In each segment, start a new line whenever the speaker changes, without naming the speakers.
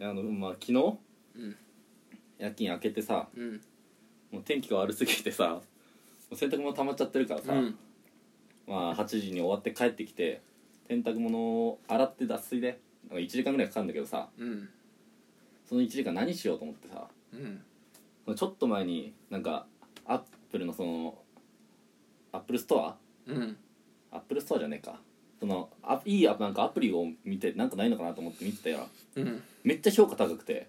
あのまあ昨日
うん
夜勤明けてさ
うん
もう天気が悪すぎてさもう洗濯物溜まっちゃってるからさ、
うん
まあ8時に終わって帰ってきて洗濯物を洗って脱水でなんか1時間ぐらいかかるんだけどさ
うん
その1時間何しようと思ってさ
うん
そのちょっと前になんかアップルのそのアップルストア
うん
アップルストアじゃねえかそのあいいアなんかアプリを見てなんかないのかなと思って見てたら
うん
めっちゃ評価高くて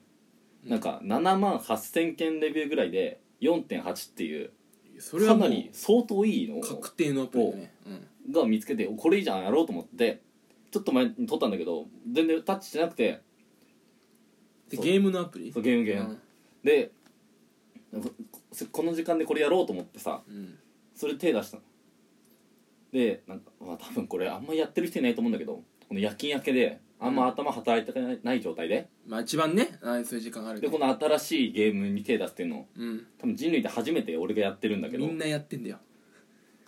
うん
なんか7万8000件レビューぐらいで4.8っていう
それ
か
はも
な
う
り相当いいの
確定のアプリだねうん
が見つけてこれいいじゃんやろうと思ってちょっと前に撮ったんだけど全然タッチしてなくて
で
そう
ゲームのアプリ
そうゲームゲーム、でここの時間でこれやろうと思ってさ
うん
それ手出したのでなんか、まあ、多分これあんまやってる人いないと思うんだけどこの夜勤明けであんま頭働いてない,、ない状態で
まあ一番ねああそういう時間がある
で
ね
この新しいゲームに手出すっていうの
うん
多分人類で初めて俺がやってるんだけど
みんなやってんだよ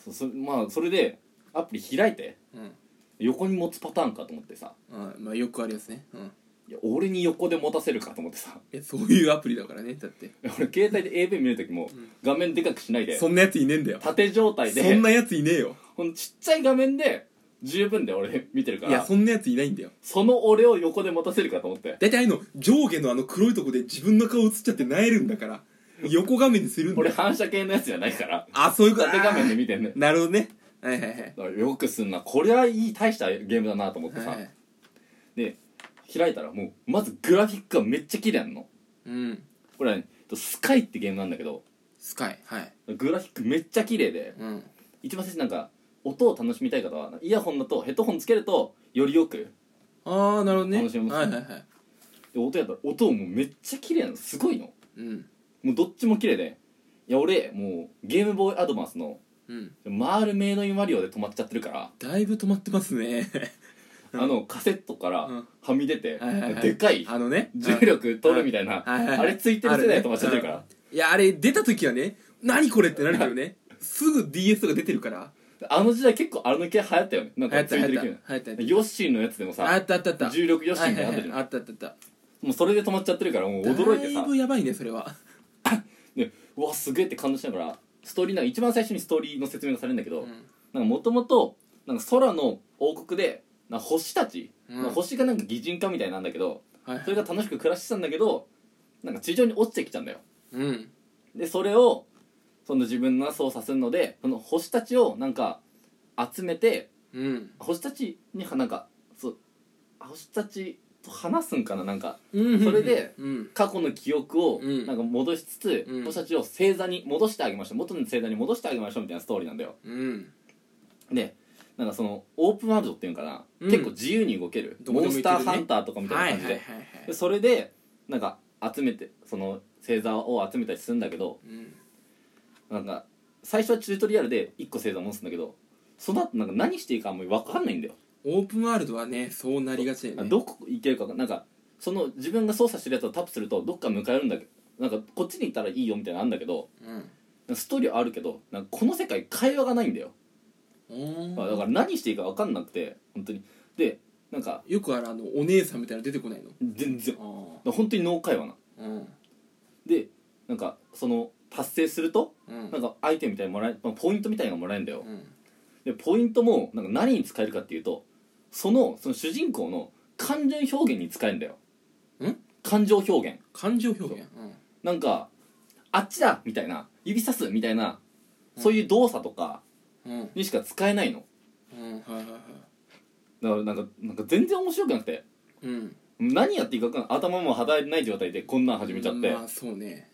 そうそまあそれでアプリ開いて
うん
横に持つパターンかと思ってさ
あまあよくあるやつねうん
いや俺に横で持たせるかと思ってさ
えそういうアプリだからねだって
俺携帯で AV 見るときも画面でかくしないで
そんなやついねえんだよ
縦状態
そん
で
なやついねえよ
このちっちゃい画面で十分で俺見てるか
いや
ら
そんなやついないんだよ
その俺を横で持たせるかと思って
大体あの上下のあの黒いとこで自分の顔映っちゃってなえるん だから横画面にするんだ
俺
よ
反射系のやつじゃないから
あそういうこと
縦画面で
あ
見てんね
ーなるほどねはいはいはい
だからよくすんなこれはいい大したゲームだなと思ってさ、
はいはい
で開いたらもうまずグラフィックがめっちゃ綺麗なの
うん
これはねスカイってゲームなんだけど
スカイはい
グラフィックめっちゃ綺麗で
うん
一番最初なんか音を楽しみたい方はイヤホンだとヘッドホンつけるとよりよく
ああなるほどね
楽しめます
はいはいはい
で音やったら音もめっちゃ綺麗なのすごいの
うん
もうどっちも綺麗でいや俺もうゲームボーイアドバンスの
うん
回るメイドインマリオで止まっちゃってるから、
だいぶ止まってますねうん
あのカセットから
うん
はみ出て、
はいはいは
でかい
あのね
重力取るみたいな、
はいはいはい
あれついてる世代で止まっちゃってるから
あねうんいやあれ出た時はね何これってなるけ どねすぐ DS とか出てるから
あの時代結構あの系流行ったよねなん
流
か
行っ
つ
た
い
流
てる
行
系
った流行った
ヨッシーのやつでも
あ
さ
ったあったあった
重力ヨッシーみたいなのあった
はい
じゃ
はい
ん、
はいあったあったあった
もうそれで止まっちゃってるからもう驚いて
だ
さ
いぶやばいねそれは
でうわすげえって感動しながらストーリーなんか一番最初にストーリーの説明がされるんだけど、
うん
なんかもともとなんか空の王国でなんか星たち、
うん
なんか星がなんか擬人化みたいなんだけど
はい
それが楽しく暮らしてたんだけどなんか地上に落ちてきたんだよ
うん
でそれをその自分が操作するのでその星たちをなんか集めて
うん
星たちにはなんかそう星たちと話すんかななんか
うん
それで
うん
過去の記憶を
うん
なんか戻しつつ、
うん
星たちを星座に戻してあげましょう元の星座に戻してあげましょうみたいなストーリーなんだよ
うん
でなんかそのオープンワールドっていうんかな、
うん
結構自由に動ける
どこ
モ
で
ン
も
ス
行けるね
ターハンターとかみたいな感じで、
はいはいはいは
で
い
それでなんか集めてその星座を集めたりするんだけど
うん
なんか最初はチュートリアルで1個星座持つんだけどその後なんか何していいかあんまり分かんないんだよ、
オープンワールドはねそうなりがちだよね
どこ行けるかなんかその自分が操作してるやつをタップするとどっか向かえるんだけどなんかこっちに行ったらいいよみたいなのあるんだけど
うん
ストーリーはあるけどなんかこの世界会話がないんだよ、
お
だか
ー
ら何していいか分かんなくて本当にでなんか
よくあるあのお姉さんみたいなの出てこないの
全然
あ
本当に脳会話な
あうん
でなんかその達成すると
うん
なんかアイテムみたいにもらえ、まあ、ポイントみたいなのがもらえるんだよ、
うん
でポイントもなんか何に使えるかっていうとそのその主人公の感情表現に使えるんだよ
ん
感情表現
感情表現うん
なんかあっちだみたいな指さすみたいなそういう動作とか
うん
にしか使えないの
うんはいはいはい
だからなんかなんか全然面白くなくて
うん
何やっていいか分かんない頭も働いてない状態でこんなん始めちゃって、
まあそうね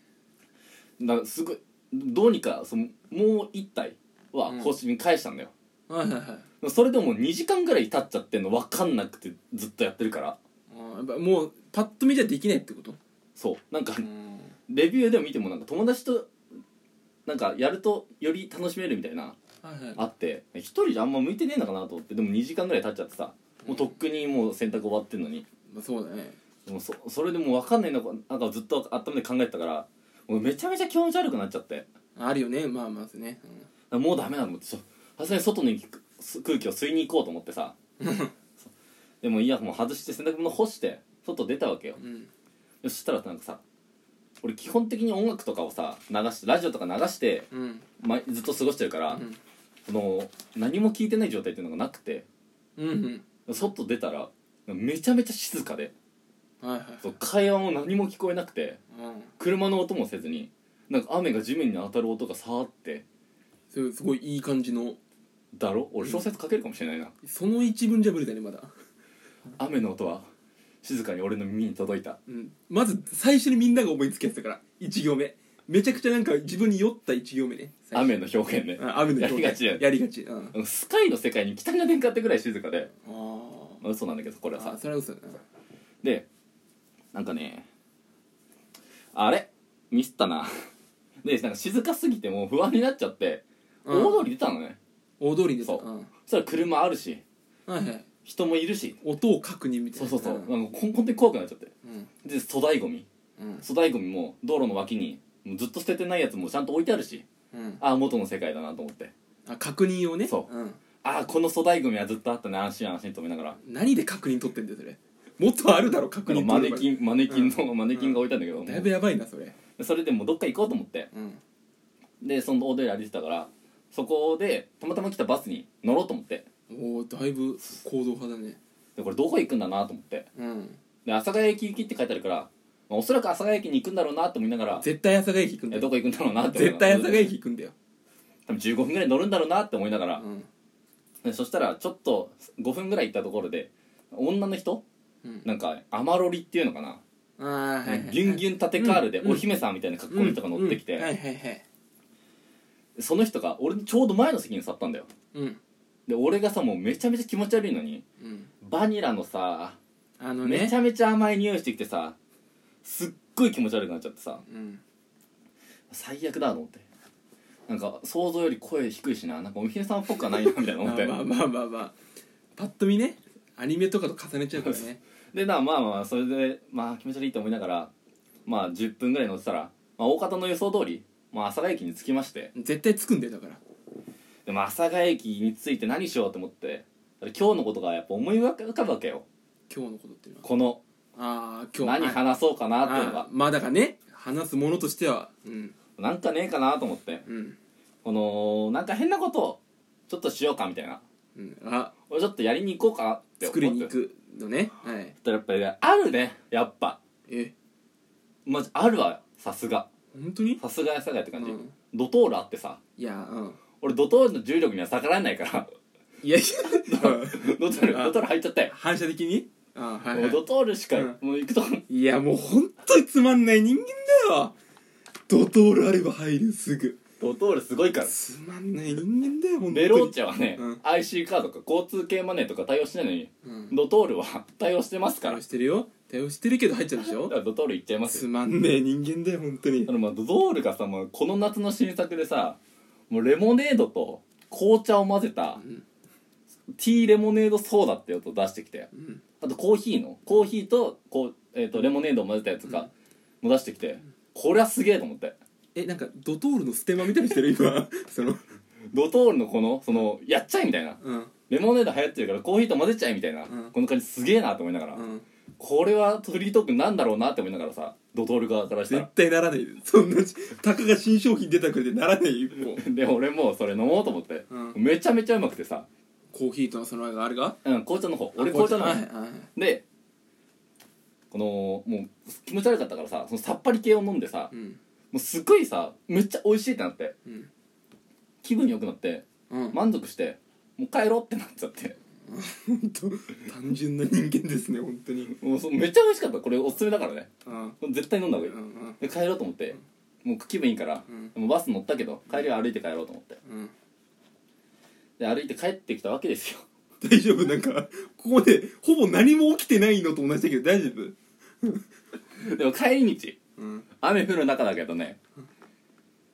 だからすごいどうにかそのもう一体は
うん
星に返したんだよ、
はいはいはい
それでもう2時間ぐらい経っちゃってんの分かんなくてずっとやってるから
あーやっぱもうパッと見じゃできないってこと
そうなんか
うん
レビューでも見てもなんか友達となんかやるとより楽しめるみたいな
はいはい
あって一人じゃあんま向いてねえのかなと思ってでも2時間ぐらい経っちゃってさもうとっくにもう洗濯終わってんのに
まあそうだね
もうそそれでもう分かんないのかなんかずっと頭で考えてたからもうめちゃめちゃ気持ち悪くなっちゃって
あるよねまあまずねうん
もうダメだと思ってそうさすがに外の行くす空気を吸いに行こう と思ってさそうでもイヤホン外して洗濯物干して外出たわけよ
うん
そしたらなんかさ俺基本的に音楽とかをさ流してラジオとか流して、
うん
ま、ずっと過ごしてるから、
うん
その何も聞いてない状態っていうのがなくて
うん
外出たらめちゃめちゃ静かで
うんはいはい
そう会話も何も聞こえなくて
うん
車の音もせずになんか雨が地面に当たる音がさーって
それすごいいい感じの
だろ俺小説書けるかもしれないな
その一文じゃ無理だねまだ、
雨の音は静かに俺の耳に届いた
うん、まず最初にみんなが思いつくやつだから1行目めちゃくちゃなんか自分に酔った1行目ね最初
雨の表現ね
うん雨の
やりがちだよね
やりがちうん
あのスカイの世界に北が電化ってぐらい静かで、
あー
まあ、嘘なんだけどこれは
あ
さ
ーそれは嘘だな
でなんかねあれミスったなでなんか静かすぎてもう不安になっちゃって
うん
大通り出たのね、
大通りに出た
そう
うん
そしたら車あるし
はいはい
人もいるし
音を確認みた
そ
いな
うそうそう、
うん
なんかほん本当に怖くなっちゃって
うん
で粗大ゴミ
うん
粗大ゴミも道路の脇にもうずっと捨ててないやつもちゃんと置いてあるし
うん
ああ元の世界だなと思って
あ確認をね、
そう
ん、
ああこの粗大ゴミはずっとあったね安心安心と思いながら
何で確認取ってんだよそれもっとあるだろ確
なんか
認
マ
取
ネ
れば
キンマネキンの、マネキンが置いたんだけど、
だいぶやばいなそれ
それでもうどっか行こうと思って
うん
でその大通り歩いてたからそこでたまたま来たバスに乗ろうと思って
おおだいぶ行動派だね
でこれどこ行くんだなと思って
うん
で阿佐ヶ谷駅行きって書いてあるから、まあ、おそらく阿佐ヶ谷駅に行くんだろうなと思いながら
絶対阿佐ヶ谷駅行くんだ
え
よ
どこ行くんだろうなって思い
絶
なが
対阿
ら
佐ヶ谷駅行くんだよ
多分15分ぐらい乗るんだろうなって思いなが
う
ら、
ん
でそしたらちょっと5分ぐらい行ったところで女の人
うん
なんかアマロリっていうのかな、
あーはいはい
ギュンギュン縦カールで
うん
お姫さんみたいな格好の人が乗ってきて、
うんうんはいはいはい
その人が俺のちょうど前の席に座ったんだよ
うん
で俺がさもうめちゃめちゃ気持ち悪いのに
うん
バニラのさ
あの
め
ね
ちゃめちゃ甘い匂いしてきてさすっごい気持ち悪くなっちゃってさ
うん
最悪だと思ってなんか想像より声低いしななんかお姫さんっぽくはないなみたいな思って
まあまあまあまあまあパッと見ねアニメとかと重ねちゃうからね
でなまあまあそれでまあ気持ち悪いと思いながらまあ10分ぐらい乗ってたら、まあ、大方の予想通り、まあ、阿佐ヶ谷駅に着きまして
絶対つくんだよだから
でも阿佐ヶ谷駅に着いて何しようと思ってだから今日のことがやっぱ思い浮かぶわけよ
今日のことっていうのは
この
ああ今日
何話そうかなっていうの
あ
が
ーまあだからね話すものとしてはうん
なんかねえかなと思って
うん
このなんか変なことをちょっとしようかみたいな
うんあ
俺ちょっとやりに行こうかなって思って
作りに行くのねはい
たらやっぱりねあるねやっぱ
え
まジあるわさすが
本当に
さすがやさがやって感じ、
うん
ドトールあってさ
いやうん
俺ドトールの重力には逆らえないから
いやいや
ドトール
あ
ドトール入っちゃったよ
反射的にあはい、
もう
は
ドトールしか、
うん
もう行くとこ
い、いやもう本当につまんない人間だよドトールあれば入るすぐ
ドトールすごいから
つまんない人間だよ本当に
ベローチェはね、
うん
IC カードとか交通系マネーとか対応してないのに
うん
ドトールは 対応してますか
対
ら
応してるよ対応してるけど入っちゃうでし
だ
ょ
からドトール行っちゃいます
つ
よ
まんねえ人間だよ本当に
あのまあドトールがさ、まあ、この夏の新作でさもうレモネードと紅茶を混ぜた、
ん
ティーレモネードソーダってやつを出してきて
うん
あとコーヒーのコーヒーとこう、えー、とレモネードを混ぜたやつがも出してきて、これはすげえと思って
えなんかドトールのステマみたいにしてる今その
ドトールのこのそのやっちゃえみたいな
うん
レモネード流行ってるからコーヒーと混ぜちゃえみたいな、
うん
この感じすげえなと思いながら、
うん
これはフリートークなんだろうなって思いながらさドトール側からした
絶
ら
対ならないそんなたかが新商品出たくれてならない一歩
で俺もうそれ飲もうと思って、
う
めちゃめちゃうまくてさ、
コーヒーとのそのあれが
うん、紅茶の方俺紅茶の
は
方
いはい
でこのもう気持ち悪かったからさそのさっぱり系を飲んでさ、
う
も
ん
うすっごいさめっちゃ美味しいってなって
うん
気分良くなって
うん
満足してもう帰ろうってなっちゃって
本当単純な人間ですね本当に
もうそうめっちゃ美味しかったこれおすすめだからね
うん
絶対飲んだ方が
う
いい
ん
で帰ろうと思ってもう気分いいから、
うん
もうバス乗ったけど帰りは歩いて帰ろうと思って
うん
で歩いて帰ってきたわけですよ
大丈夫なんかここでほぼ何も起きてないのと同じだけど大丈夫
でも帰り道
うん
雨降る中だけどね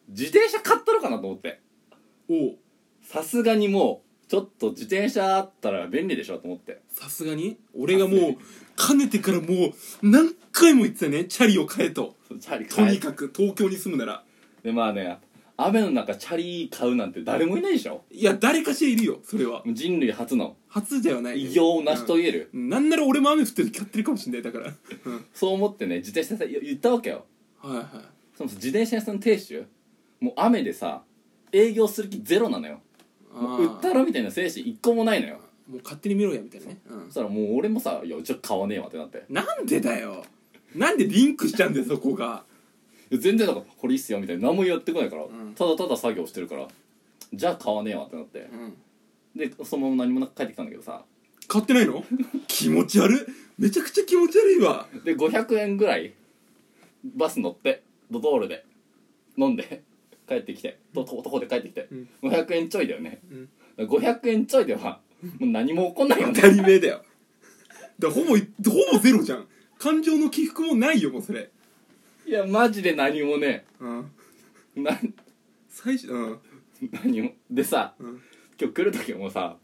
自転車買ったのかなと思って
お
さすがにもうちょっと自転車あったら便利でしょと思って
さすがに俺がもうかねてからもう何回も言ってたねチャリを買えと
そうチャリ
と
買え
にかく東京に住むなら
でまあね雨の中チャリ買うなんて誰もいないでしょ
いや誰かしらいるよそれは
人類初の
初ではない
偉業を成し遂げる、
うんなんなら俺も雨降ってる時買ってるかもしんないだから、うん、
そう思ってね自転車屋さん言ったわけよ
はいはい
そもそも自転車屋さんの亭主もう雨でさ営業する気ゼロなのよ
あ
も
ー
う売ったろみたいな精神一個もないのよ
もう勝手に見ろやみたいなね、う
そ
ん
し、たらもう俺もさ「いやうちは買わねえわ」ってなって
なんでだよなんでリンクしちゃうんだよそこが
全然なんか「これいいっすよ」みたいな何もやってこないから、
ん
ただただ作業してるからじゃあ買わねえわってなって
うん
でそのまま何もなく帰ってきたんだけどさ
買ってないの気持ち悪いめちゃくちゃ気持ち悪いわ
で500円ぐらいバス乗ってドトールで飲んで帰ってきてとと徒歩で帰ってきて、
うん
500円ちょいだよね、
うん
500円ちょいではもう何も起こんないよ
当
ね
たり前だよだからほぼほぼゼロじゃん感情の起伏もないよもうそれ
いやマジで何もね
うん
な
最初うん
何もでさ
うん
今日来る時もさ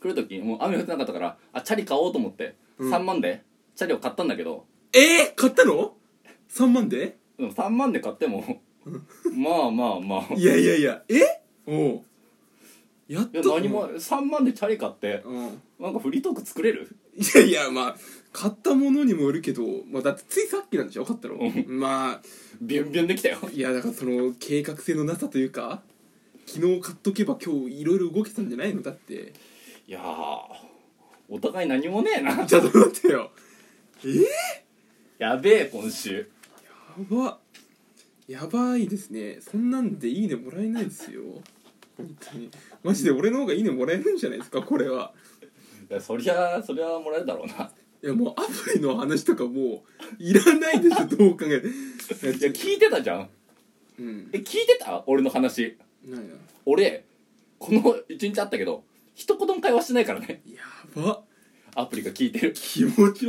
来る時もう雨降ってなかったからあチャリ買おうと思って、
うん
3万でチャリを買ったんだけど
えー、買ったの ?3 万で
でも3万で買ってもまあまあまあ
いやいやいやえおうやっ
いや
と
何も3万でチャリ買って
うん
なんかフリートーク作れる
いやいやまあ買ったものにもよるけど、まあ、だってついさっきなんでしょ買ったのまあ
ビュンビュンできたよ
いやだからその計画性のなさというか昨日買っとけば今日いろいろ動けたんじゃないのだって
いやーお互い何もねえな
ちょっと待ってよえー、
やべえ今週
やばやばいですねそんなんでいいねもらえないですよ本当にマジで俺の方がいいねもらえるんじゃないですかこれはい
やそりゃそりゃもらえるだろうない
やもうアプリの話とかもういらないでしょどう考えて
いや聞いてたじゃん
うん
え聞いてた俺の話
なんや
俺この1日あったけど一言も会話してないからね
やば
アプリが聞いてる
気持ち悪い